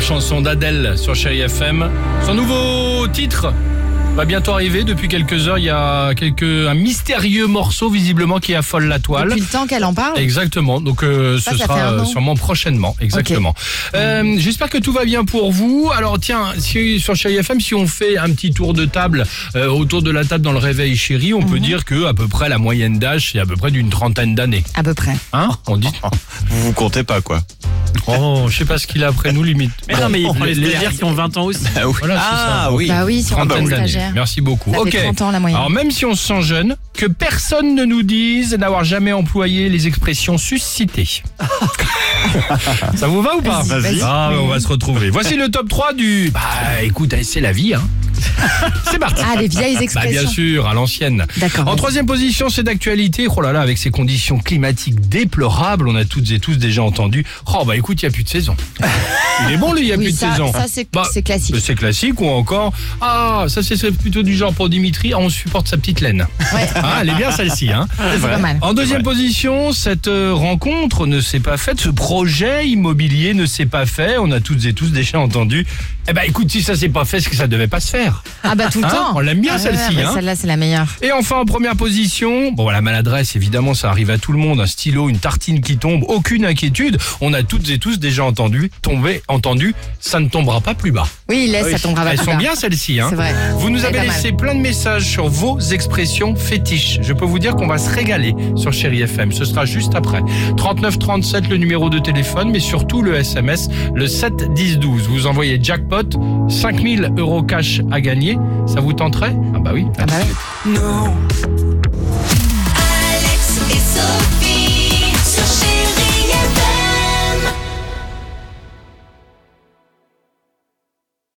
chanson d'Adèle sur Chéri FM. Son nouveau titre va bientôt arriver. Depuis quelques heures, il y a quelques, un mystérieux morceau visiblement qui affole la toile. Depuis le temps qu'elle en parle Exactement. Donc euh, Ça, ce ça fait sera un euh, an. sûrement prochainement. Exactement. Euh, J'espère que tout va bien pour vous. Alors tiens, si, sur Chéri FM, si on fait un petit tour de table euh, autour de la table dans le réveil Chéri, on peut Mhm. dire que à peu près la moyenne d'âge c'est à peu près d'une trentaine d'années. À peu près. Hein On dit. Vous vous comptez pas, quoi. Oh, je sais pas ce qu'il a après nous limite. Mais non, mais il Bon, prend les les- plaisirs qui ont 20 ans aussi. Ah oui. Voilà, c'est ça. oui. Bah oui, sur un Trente temps ans, Trentaine d'années. stagiaire. Ah Merci beaucoup. Ça ok. fait 30 ans la moyenne. Alors même si on se sent jeune, que personne ne nous dise n'avoir jamais employé les expressions suscitées. Ça vous va ou pas Vas-y, vas-y. Ah, on va se retrouver. Voici le top 3 du... Bah écoute, c'est la vie. Hein. C'est parti. Ah, les vieilles Bah expressions. bien sûr, à l'ancienne. D'accord. En troisième position, c'est d'actualité. Oh là là, avec ces conditions climatiques déplorables, on a toutes et tous déjà entendu. Oh bah écoute, il n'y a plus de saison. Il est bon, lui, il n'y a Oui, plus de ça- saison. ça, c'est- Bah, c'est classique. C'est classique ou encore. Ah, ça, c'est c'est plutôt du genre pour Dimitri. ah, on supporte sa petite laine. Ouais. Ah, elle est bien celle-ci. Hein. C'est pas mal. En deuxième position, cette euh, rencontre ne s'est pas faite, ce projet immobilier ne s'est pas fait. On a toutes et tous déjà entendu. Eh ben écoute, si ça s'est pas fait, c'est que ça devait pas se faire. Ah bah tout le Hein temps. On l'aime bien, Ah ouais, celle-ci, ouais, hein. Celle-là, c'est la meilleure. Et enfin en première position, bon la maladresse évidemment ça arrive à tout le monde, un stylo, une tartine qui tombe, aucune inquiétude, on a toutes et tous déjà entendu, tomber, entendu, ça ne tombera pas plus bas. Oui, laisse, ça tombera pas Ah Elles plus sont tard. bien celles-ci hein. C'est vrai. Vous nous Elle est avez pas mal. laissé plein de messages sur vos expressions fétiches. Je peux vous dire qu'on va se régaler sur Chéri FM. Ce sera juste après. 3937 le numéro de téléphone, mais surtout le SMS, le 7 10 12. Vous envoyez jackpot, 5000 euros cash à gagner. Ça vous tenterait Ah bah oui. Ah bah ouais. Nous,